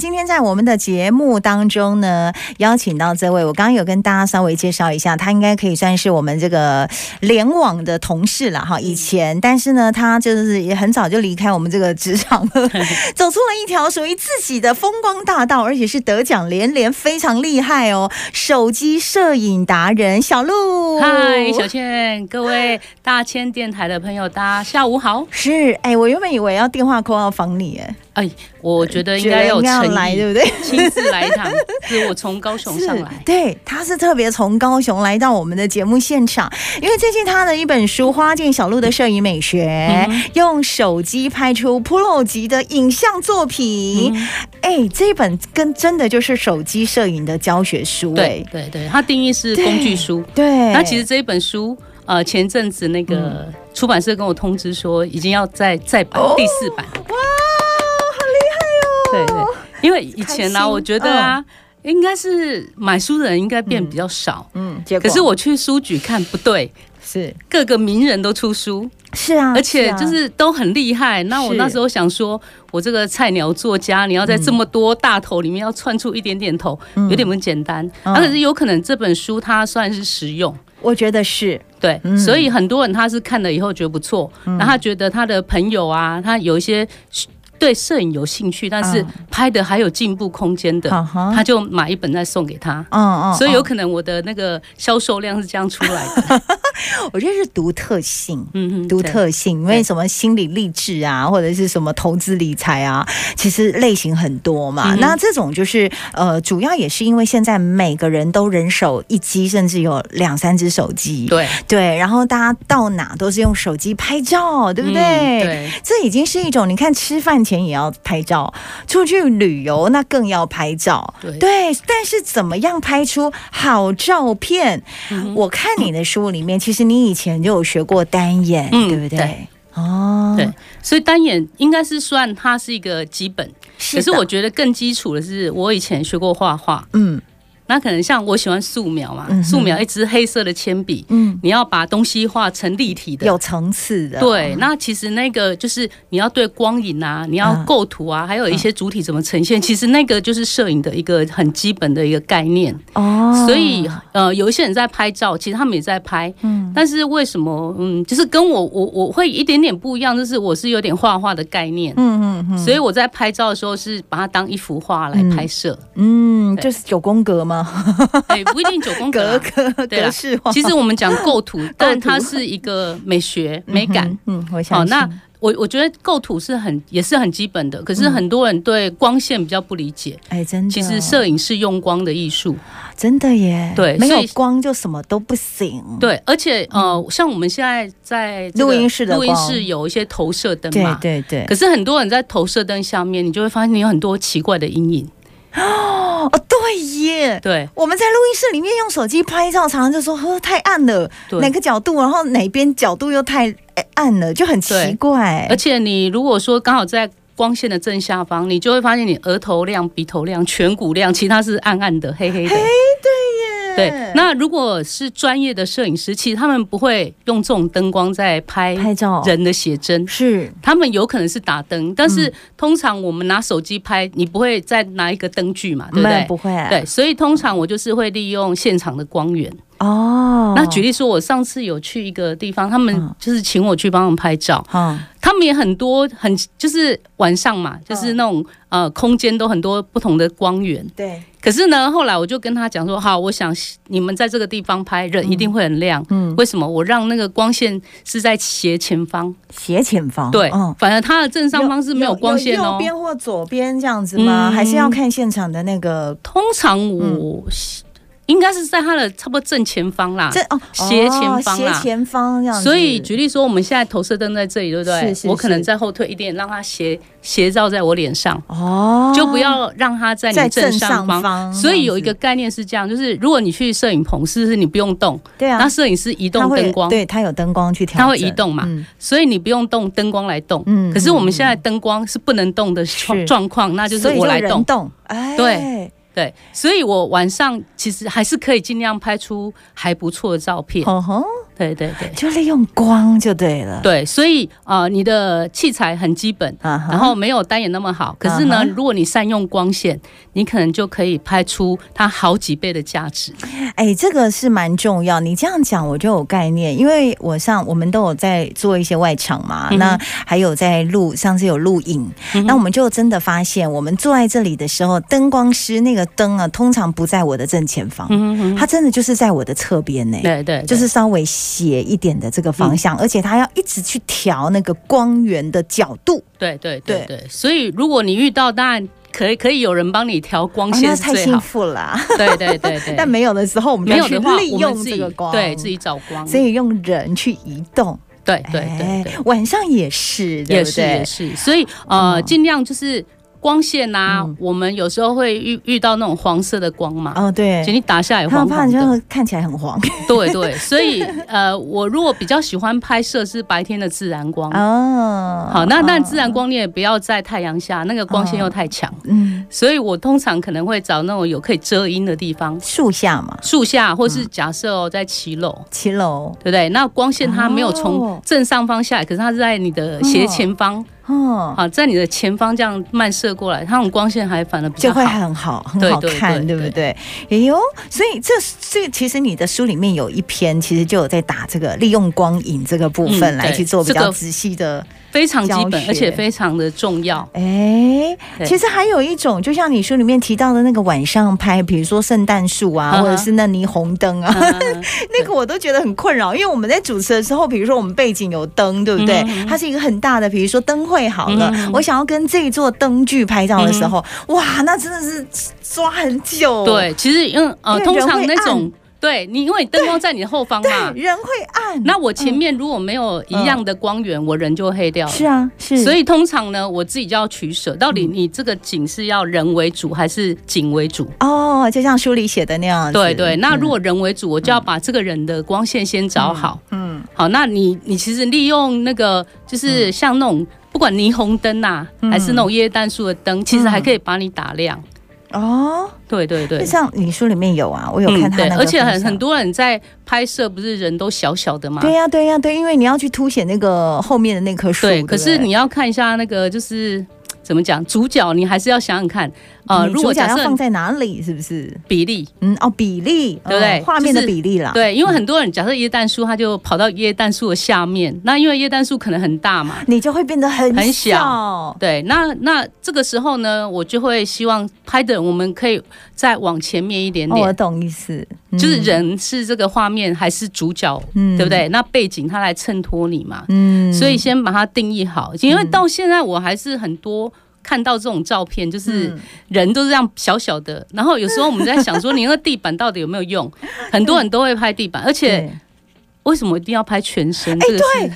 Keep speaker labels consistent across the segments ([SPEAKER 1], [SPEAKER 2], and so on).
[SPEAKER 1] 今天在我们的节目当中呢，邀请到这位，我刚刚有跟大家稍微介绍一下，他应该可以算是我们这个联网的同事了
[SPEAKER 2] 嗯
[SPEAKER 1] 哈。以前，但是呢，他就是也很早就离开我们这个职场， 走出了一条属于自己的风光大道，而且是得奖连连，非常厉害哦。手机摄影达人小鹿，
[SPEAKER 2] 嗨，小倩，各位大千电台的朋友，大家下午好。
[SPEAKER 1] 是哎、我原本以为要电话 call 到房里哎。
[SPEAKER 2] 哎，我觉得应
[SPEAKER 1] 觉
[SPEAKER 2] 该
[SPEAKER 1] 得
[SPEAKER 2] 有
[SPEAKER 1] 应该要
[SPEAKER 2] 诚
[SPEAKER 1] 来，
[SPEAKER 2] 意，
[SPEAKER 1] 对不对？
[SPEAKER 2] 亲自来一 趟。是我从高雄
[SPEAKER 1] 是
[SPEAKER 2] 上来，
[SPEAKER 1] 对，他是特别从高雄来到我们的节目现场，因为最近他的一本书《花见小鹿的摄影美
[SPEAKER 2] 嗯
[SPEAKER 1] 学》，用手机拍出 Pro 级的影像作
[SPEAKER 2] 嗯
[SPEAKER 1] 品。哎、这本跟真的就是手机摄影的教学书、
[SPEAKER 2] 对
[SPEAKER 1] 哎，
[SPEAKER 2] 对对，它定义是工具书。
[SPEAKER 1] 对，嗯
[SPEAKER 2] 那其实这一本书，呃，前阵子那个出版社跟我通知说，已经要再再版
[SPEAKER 1] 哦
[SPEAKER 2] 第四版。
[SPEAKER 1] 哇，好厉害
[SPEAKER 2] 对
[SPEAKER 1] 哦！
[SPEAKER 2] 对，因为以前呢、
[SPEAKER 1] 开心
[SPEAKER 2] 我觉得啊，应该是买书的人应该变比较少。
[SPEAKER 1] 嗯，结果
[SPEAKER 2] 可是我去书局看，不对，
[SPEAKER 1] 是
[SPEAKER 2] 各个名人都出书，
[SPEAKER 1] 是啊，
[SPEAKER 2] 而且
[SPEAKER 1] 啊
[SPEAKER 2] 就是都很厉害。那我
[SPEAKER 1] 是
[SPEAKER 2] 那时候想说，我这个菜鸟作家，你要在这么多大头里面要窜出一点点头，有点不简单。啊
[SPEAKER 1] 嗯
[SPEAKER 2] 那可是有可能这本书它算是实用。
[SPEAKER 1] 我觉得是
[SPEAKER 2] 对
[SPEAKER 1] 嗯，
[SPEAKER 2] 所以很多人他是看了以后觉得不错，然后他觉得他的朋友啊，他有一些对摄影有兴趣，但是
[SPEAKER 1] 嗯
[SPEAKER 2] 拍的还有进步空间的，
[SPEAKER 1] 嗯哼
[SPEAKER 2] 他就买一本再送给他。
[SPEAKER 1] 嗯嗯，
[SPEAKER 2] 所以
[SPEAKER 1] 嗯
[SPEAKER 2] 有可能我的那个销售量是这样出来 的，
[SPEAKER 1] 我觉得是独特性。
[SPEAKER 2] 嗯哼，
[SPEAKER 1] 独
[SPEAKER 2] 对
[SPEAKER 1] 特性，因为什么心理励志啊，或者是什么投资理财啊，其实类型很多嘛。
[SPEAKER 2] 嗯哼
[SPEAKER 1] 那这种就是呃，主要也是因为现在每个人都人手一机，甚至有两三只手机。
[SPEAKER 2] 对
[SPEAKER 1] 对，然后大家到哪都是用手机拍照，对不对？
[SPEAKER 2] 嗯对，
[SPEAKER 1] 这已经是一种，你看吃饭前也要拍照，出去旅游那更要拍照。
[SPEAKER 2] 对
[SPEAKER 1] 对，但是怎么样拍出好照片？
[SPEAKER 2] 嗯
[SPEAKER 1] 我看你的书里面，其实你以前就有学过单眼，
[SPEAKER 2] 嗯
[SPEAKER 1] 对不对？
[SPEAKER 2] 对
[SPEAKER 1] 哦，
[SPEAKER 2] 对，所以单眼应该是算它是一个基本，
[SPEAKER 1] 是
[SPEAKER 2] 可
[SPEAKER 1] 的
[SPEAKER 2] 是我觉得更基础的是，我以前学过画画，
[SPEAKER 1] 嗯
[SPEAKER 2] 那可能像我喜欢素描嘛
[SPEAKER 1] 嗯，哼
[SPEAKER 2] 素描一支黑色的铅笔，
[SPEAKER 1] 嗯，
[SPEAKER 2] 你要把东西画成立体的，
[SPEAKER 1] 有层次的，
[SPEAKER 2] 对，那其实那个就是你要对光影啊，你要
[SPEAKER 1] 嗯
[SPEAKER 2] 构图啊，还有一些主体怎么呈现，其实那个就是摄影的一个很基本的一个概念。
[SPEAKER 1] 哦，
[SPEAKER 2] 所以呃，有一些人在拍照，其实他们也在拍，
[SPEAKER 1] 嗯
[SPEAKER 2] 但是为什么嗯，就是跟我我我会一点点不一样，就是我是有点画画的概念，
[SPEAKER 1] 嗯嗯嗯
[SPEAKER 2] 所以我在拍照的时候是把它当一幅画来拍摄，
[SPEAKER 1] 嗯，
[SPEAKER 2] 对
[SPEAKER 1] 就是九宫格吗？
[SPEAKER 2] 哎、不一定九宫格
[SPEAKER 1] 格
[SPEAKER 2] 啦。
[SPEAKER 1] 格
[SPEAKER 2] 对啦啊
[SPEAKER 1] 格式化，
[SPEAKER 2] 其实我们讲构图，但它是一个美学美感。
[SPEAKER 1] 嗯，嗯，我想
[SPEAKER 2] 好，哦那我我觉得构图是很也是很基本的，可是很多人对光线比较不理解。
[SPEAKER 1] 哎，嗯真的，嗯
[SPEAKER 2] 其实摄影是用光的艺术，
[SPEAKER 1] 真的耶，
[SPEAKER 2] 对
[SPEAKER 1] 没有
[SPEAKER 2] 所以
[SPEAKER 1] 光就什么都不行，
[SPEAKER 2] 对，而且呃，像我们现在在这个
[SPEAKER 1] 录音室的
[SPEAKER 2] 录音
[SPEAKER 1] 光
[SPEAKER 2] 室有一些投射灯
[SPEAKER 1] 对
[SPEAKER 2] 嘛，
[SPEAKER 1] 对对
[SPEAKER 2] 可，是很多人在投射灯下面，你就会发现你有很多奇怪的阴影。
[SPEAKER 1] 哦哦对耶。
[SPEAKER 2] 对
[SPEAKER 1] 我们在录音室里面用手机拍照，常常就说：“呵，太暗了，
[SPEAKER 2] 对
[SPEAKER 1] 哪个角度，然后哪边角度又太哎暗了，就很奇
[SPEAKER 2] 对
[SPEAKER 1] 怪。
[SPEAKER 2] 而”且你如果说刚好在光线的正下方，你就会发现你额头亮、鼻头亮、颧骨亮，其他是暗暗的、黑黑的。对，那如果是专业的摄影师，其实他们不会用这种灯光在拍
[SPEAKER 1] 拍照
[SPEAKER 2] 人的写真，
[SPEAKER 1] 是
[SPEAKER 2] 他们有可能是打灯，但是通常我们拿手机拍，你不会再拿一个灯具嘛，对
[SPEAKER 1] 没
[SPEAKER 2] 不
[SPEAKER 1] 有
[SPEAKER 2] 对？
[SPEAKER 1] 不会啊
[SPEAKER 2] 对，所以通常我就是会利用现场的光源。
[SPEAKER 1] 哦。
[SPEAKER 2] 那举例说，我上次有去一个地方，他们
[SPEAKER 1] 嗯
[SPEAKER 2] 就是请我去帮他们拍照，
[SPEAKER 1] 啊，
[SPEAKER 2] 他们也很多很就是晚上
[SPEAKER 1] 嗯
[SPEAKER 2] 嘛，就是那种呃空间都很多不同的光源。
[SPEAKER 1] 对，
[SPEAKER 2] 可是呢，后来我就跟他讲说，好，我想你们在这个地方拍，人一定会很亮。
[SPEAKER 1] 嗯，
[SPEAKER 2] 为什么？我让那个光线是在斜前方，
[SPEAKER 1] 斜前方
[SPEAKER 2] 对，
[SPEAKER 1] 嗯，
[SPEAKER 2] 反而它的正上方是没有光线
[SPEAKER 1] 有
[SPEAKER 2] 哦
[SPEAKER 1] 右。边或左边这样子吗？
[SPEAKER 2] 嗯
[SPEAKER 1] 还是要看现场的那个
[SPEAKER 2] 通常我应该是在它的差不多正前方啦。
[SPEAKER 1] 嗯这哦
[SPEAKER 2] 啊斜前
[SPEAKER 1] 哦
[SPEAKER 2] 方
[SPEAKER 1] 斜
[SPEAKER 2] 啦
[SPEAKER 1] 前方这样子。
[SPEAKER 2] 所以举例说，我们现在投射灯在这里，对不对？
[SPEAKER 1] 是是
[SPEAKER 2] 我可
[SPEAKER 1] 是
[SPEAKER 2] 能再后退一点，让它斜斜照在我脸上，
[SPEAKER 1] 哦，
[SPEAKER 2] 就不要让它在
[SPEAKER 1] 在
[SPEAKER 2] 你
[SPEAKER 1] 正
[SPEAKER 2] 正
[SPEAKER 1] 上
[SPEAKER 2] 上方。
[SPEAKER 1] 方，
[SPEAKER 2] 所以有一
[SPEAKER 1] 这
[SPEAKER 2] 个
[SPEAKER 1] 样子
[SPEAKER 2] 概念是这样，就是如果你去摄影棚，是不是你不用动？
[SPEAKER 1] 对啊
[SPEAKER 2] 那，摄影师移
[SPEAKER 1] 它
[SPEAKER 2] 动
[SPEAKER 1] 会
[SPEAKER 2] 灯光，
[SPEAKER 1] 对它有灯光去调整，
[SPEAKER 2] 它会移动嘛
[SPEAKER 1] 嗯
[SPEAKER 2] 所以你不用动灯光来动。
[SPEAKER 1] 嗯
[SPEAKER 2] 可是我们现
[SPEAKER 1] 在
[SPEAKER 2] 在灯光是不能动的
[SPEAKER 1] 是
[SPEAKER 2] 状状况，那就是
[SPEAKER 1] 所以
[SPEAKER 2] 我来
[SPEAKER 1] 人
[SPEAKER 2] 动。
[SPEAKER 1] 动，哎，
[SPEAKER 2] 对，对，所以我晚上其实还是可以尽量拍出还不错的照片。
[SPEAKER 1] 哦吼，
[SPEAKER 2] 对对对
[SPEAKER 1] 就利用光就对了。
[SPEAKER 2] 对，所以呃，你的器材很基本，
[SPEAKER 1] 啊哈
[SPEAKER 2] 然后没有单眼那么好，可
[SPEAKER 1] 啊
[SPEAKER 2] 是呢
[SPEAKER 1] 哈，
[SPEAKER 2] 如果你善用光线，你可能就可以拍出它好几倍的价值。
[SPEAKER 1] 哎，这个是蛮重要。你这样讲我就有概念，因为我上我们都有在做一些外场嘛，
[SPEAKER 2] 嗯哼
[SPEAKER 1] 那还有在录，上次有录影，
[SPEAKER 2] 嗯
[SPEAKER 1] 那我们就真的发现，我们坐在这里的时候，灯光师那个灯啊，通常不在我的正前方，
[SPEAKER 2] 嗯嗯，
[SPEAKER 1] 它真的就是在我的侧边呢、
[SPEAKER 2] 对对，对嗯
[SPEAKER 1] 就是稍微斜一点的这个方向，而且它要一直去调那个光源的角度，
[SPEAKER 2] 对对对对，所以如果你遇到，当然可以可以有人帮你调光
[SPEAKER 1] 哦、
[SPEAKER 2] 线
[SPEAKER 1] 那
[SPEAKER 2] 是
[SPEAKER 1] 太
[SPEAKER 2] 最
[SPEAKER 1] 幸
[SPEAKER 2] 好。
[SPEAKER 1] 福了啊。
[SPEAKER 2] 对对对对，
[SPEAKER 1] 但没有的时候，我们就
[SPEAKER 2] 没有
[SPEAKER 1] 去
[SPEAKER 2] 的话，
[SPEAKER 1] 利
[SPEAKER 2] 我们
[SPEAKER 1] 用
[SPEAKER 2] 自
[SPEAKER 1] 这
[SPEAKER 2] 己
[SPEAKER 1] 个光，
[SPEAKER 2] 对自己找光，
[SPEAKER 1] 所以用人去移动，
[SPEAKER 2] 对对对
[SPEAKER 1] 哎
[SPEAKER 2] 对，
[SPEAKER 1] 晚上也是，对
[SPEAKER 2] 也
[SPEAKER 1] 不
[SPEAKER 2] 是
[SPEAKER 1] 对？
[SPEAKER 2] 也是，所以呃，
[SPEAKER 1] 嗯
[SPEAKER 2] 尽量就是光线呐、
[SPEAKER 1] 嗯
[SPEAKER 2] 我们有时候会遇遇到那种黄色的光嘛。
[SPEAKER 1] 哦，对
[SPEAKER 2] 其实，你打下来
[SPEAKER 1] 他们
[SPEAKER 2] 黄
[SPEAKER 1] 怕
[SPEAKER 2] 黄
[SPEAKER 1] 就
[SPEAKER 2] 的，
[SPEAKER 1] 会看起来很黄
[SPEAKER 2] 对对，所以呃，我如果比较喜欢拍摄是白天的自然光，
[SPEAKER 1] 哦。
[SPEAKER 2] 好，那但自
[SPEAKER 1] 哦
[SPEAKER 2] 然光你也不要在太阳下，那个光线又太强，
[SPEAKER 1] 嗯，
[SPEAKER 2] 所以我通常可能会找那种有可以遮阴的地方，
[SPEAKER 1] 树下嘛，
[SPEAKER 2] 树下，或是假设哦在骑楼，
[SPEAKER 1] 七楼
[SPEAKER 2] 对不对？那光线它没有
[SPEAKER 1] 哦
[SPEAKER 2] 从正上方下来，可是它是在你的斜前方，
[SPEAKER 1] 哦，
[SPEAKER 2] 好，在你的前方这样漫射过来，它那种光线还反而比
[SPEAKER 1] 就
[SPEAKER 2] 较
[SPEAKER 1] 会
[SPEAKER 2] 好。
[SPEAKER 1] 很好，很
[SPEAKER 2] 对
[SPEAKER 1] 好
[SPEAKER 2] 对
[SPEAKER 1] 看，对
[SPEAKER 2] 对
[SPEAKER 1] 不对？哎呦，所以这这其实你的书里面有一篇，其实就有在打这个利用光影这个部分
[SPEAKER 2] 嗯
[SPEAKER 1] 来
[SPEAKER 2] 对
[SPEAKER 1] 去做比
[SPEAKER 2] 这
[SPEAKER 1] 较
[SPEAKER 2] 个
[SPEAKER 1] 仔细的。
[SPEAKER 2] 非常基
[SPEAKER 1] 教
[SPEAKER 2] 本
[SPEAKER 1] 学，
[SPEAKER 2] 而且非常的重 要。
[SPEAKER 1] 哎，
[SPEAKER 2] 对
[SPEAKER 1] 其实还有一种，就像你书里面提到的那个晚上拍，比如说圣诞树啊，
[SPEAKER 2] 嗯哼嗯
[SPEAKER 1] 或者是那霓虹灯啊， 那个我都觉得很困扰，因为我们在主持的时候，比如说我们背景有灯，对不对？
[SPEAKER 2] 嗯
[SPEAKER 1] 它是一个很大的，比如说灯会好了，
[SPEAKER 2] 嗯
[SPEAKER 1] 我想要跟这一座灯具拍照的时候，哇，那真的是抓很久，
[SPEAKER 2] 对，其实因为
[SPEAKER 1] 因
[SPEAKER 2] 呃，
[SPEAKER 1] 为
[SPEAKER 2] 通
[SPEAKER 1] 人
[SPEAKER 2] 常
[SPEAKER 1] 会
[SPEAKER 2] 那种对你，因为灯光在你的后方嘛
[SPEAKER 1] 对，，嗯人会暗，
[SPEAKER 2] 那我前面如果没有一样的光源，
[SPEAKER 1] 嗯
[SPEAKER 2] 我人就黑掉了。
[SPEAKER 1] 是啊，是，
[SPEAKER 2] 所以通常呢，我自己就要取舍，到
[SPEAKER 1] 嗯
[SPEAKER 2] 底你这个景是要人为主还是景为主？
[SPEAKER 1] 哦，就像书里写的那样子，
[SPEAKER 2] 对对，那
[SPEAKER 1] 嗯
[SPEAKER 2] 如果人为主，我就要把这个人的光线先找好。
[SPEAKER 1] 嗯
[SPEAKER 2] 好，那你你其实利用那个，就是像那种不管霓虹灯啊，
[SPEAKER 1] 嗯
[SPEAKER 2] 还是那种椰氮树的灯，其实还可以把你打亮。
[SPEAKER 1] 哦，
[SPEAKER 2] 对对对嗯
[SPEAKER 1] 就。像你书里面有啊，我有看他
[SPEAKER 2] 对，
[SPEAKER 1] 那个分享、
[SPEAKER 2] 而且很很多人在拍摄，不是人都小小的嘛？
[SPEAKER 1] 啊对啊呀、对呀、对，因为你要去凸显那个后面的那棵树。
[SPEAKER 2] 对，
[SPEAKER 1] 不
[SPEAKER 2] 可是你要看一下那个，就是怎么讲，主角你还是要想想看，呃，
[SPEAKER 1] 你
[SPEAKER 2] 如果
[SPEAKER 1] 嗯主角
[SPEAKER 2] 假
[SPEAKER 1] 要
[SPEAKER 2] 设
[SPEAKER 1] 放在哪里，是不是？
[SPEAKER 2] 比例，
[SPEAKER 1] 嗯，哦，比例，
[SPEAKER 2] 对不对
[SPEAKER 1] 嗯画面的
[SPEAKER 2] 就是
[SPEAKER 1] 比例啦。
[SPEAKER 2] 对，因为很多人假设椰氮树，他就跑到椰氮树的下
[SPEAKER 1] 嗯
[SPEAKER 2] 面，那因为椰氮树可能很大嘛，
[SPEAKER 1] 你就会变得很
[SPEAKER 2] 很
[SPEAKER 1] 小。
[SPEAKER 2] 对，那那这个时候呢，我就会希望拍的我们可以再往前面一点
[SPEAKER 1] 哦，我
[SPEAKER 2] 点，
[SPEAKER 1] 懂意思，嗯
[SPEAKER 2] 就是，人是这个画面还是主角，
[SPEAKER 1] 嗯
[SPEAKER 2] 对不？对？那背景它来衬托你嘛，
[SPEAKER 1] 嗯
[SPEAKER 2] 所以先把它定义好，因为到现在我还是很多。看到这种照片，就是
[SPEAKER 1] 嗯
[SPEAKER 2] 人都是这样小小的，然后有时候我们在想 说，你那个地板到底有没有用？很多人都会拍地板，而且
[SPEAKER 1] 对，
[SPEAKER 2] 为什么一定要拍全身？
[SPEAKER 1] 哎
[SPEAKER 2] 这个
[SPEAKER 1] 对
[SPEAKER 2] 是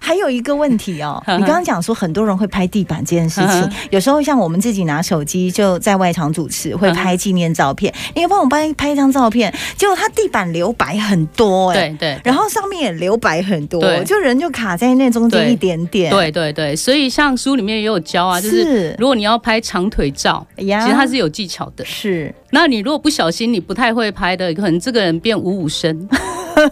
[SPEAKER 1] 还有一个问题 哦，
[SPEAKER 2] 嗯
[SPEAKER 1] 你刚刚讲说很多人会拍地板这件事情
[SPEAKER 2] 嗯，
[SPEAKER 1] 有时候像我们自己拿手机就在外场主持会拍纪念照片，你要帮我拍拍一张照片，结果它地板留白很多，哎，
[SPEAKER 2] 对对
[SPEAKER 1] 然后上面也留白很多，
[SPEAKER 2] 对
[SPEAKER 1] 就人就卡在那中间
[SPEAKER 2] 对
[SPEAKER 1] 一点点。
[SPEAKER 2] 对对对，所以像书里面也有教啊，就是
[SPEAKER 1] 是
[SPEAKER 2] 如果你要拍长腿照，
[SPEAKER 1] 呀，
[SPEAKER 2] 其实它是有技巧的。
[SPEAKER 1] 是
[SPEAKER 2] 那你如果不小心，你不太会拍的，可能这个人变五 五身。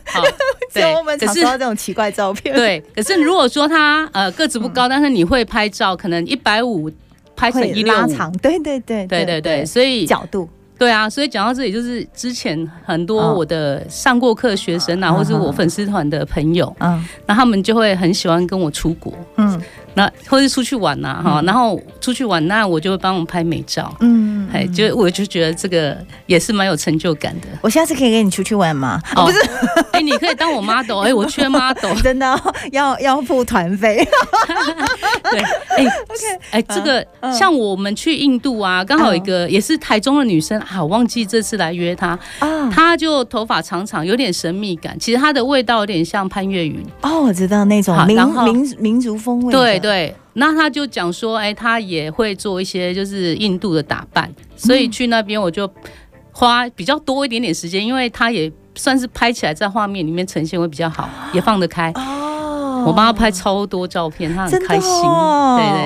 [SPEAKER 2] 好
[SPEAKER 1] 所以我们常
[SPEAKER 2] 可
[SPEAKER 1] 收
[SPEAKER 2] 是
[SPEAKER 1] 到这种奇怪照片，，
[SPEAKER 2] 对，可是如果说他呃个子不
[SPEAKER 1] 嗯
[SPEAKER 2] 高，但是你会拍照，可能一百五拍成
[SPEAKER 1] 会
[SPEAKER 2] 一六
[SPEAKER 1] 拉
[SPEAKER 2] 五。
[SPEAKER 1] 长，对对对
[SPEAKER 2] 对对对，所以
[SPEAKER 1] 角度
[SPEAKER 2] 对啊，所以讲到这里，就是之前很
[SPEAKER 1] 哦
[SPEAKER 2] 多我的上过课的学生啊，
[SPEAKER 1] 嗯
[SPEAKER 2] 或是我
[SPEAKER 1] 嗯
[SPEAKER 2] 粉丝团的朋友，
[SPEAKER 1] 嗯
[SPEAKER 2] 那他们就会很喜欢跟我出国，
[SPEAKER 1] 嗯
[SPEAKER 2] 那或是出去玩呐、哈、
[SPEAKER 1] 嗯
[SPEAKER 2] 然后出去玩，那我就会帮我们拍美照，
[SPEAKER 1] 嗯，
[SPEAKER 2] 哎、就我就觉得这个也是蛮有成就感的。
[SPEAKER 1] 我下次可以跟你出去玩吗？
[SPEAKER 2] 哦，不是，哎、你可以当我 model，哎、我缺 model，
[SPEAKER 1] 真的哦要要付团费，
[SPEAKER 2] 对，哎、哎、这个、
[SPEAKER 1] 嗯
[SPEAKER 2] 像我们去印度啊，刚好有一个也是台中的女生啊，我忘记这次来约她，
[SPEAKER 1] 啊
[SPEAKER 2] 她就头发长长，有点神秘感，其实她的味道有点像潘越云，
[SPEAKER 1] 哦，我知道那种
[SPEAKER 2] 好
[SPEAKER 1] 民
[SPEAKER 2] 然后
[SPEAKER 1] 民民族风味，
[SPEAKER 2] 对，对，那他就讲说，哎、他也会做一些就是印度的打扮，
[SPEAKER 1] 嗯
[SPEAKER 2] 所以去那边我就花比较多一点点时间，因为他也算是拍起来在画面里面呈现会比较好，也放得开。
[SPEAKER 1] 哦，
[SPEAKER 2] 我帮他拍超多照片，他
[SPEAKER 1] 真
[SPEAKER 2] 很
[SPEAKER 1] 的
[SPEAKER 2] 开心。
[SPEAKER 1] 哦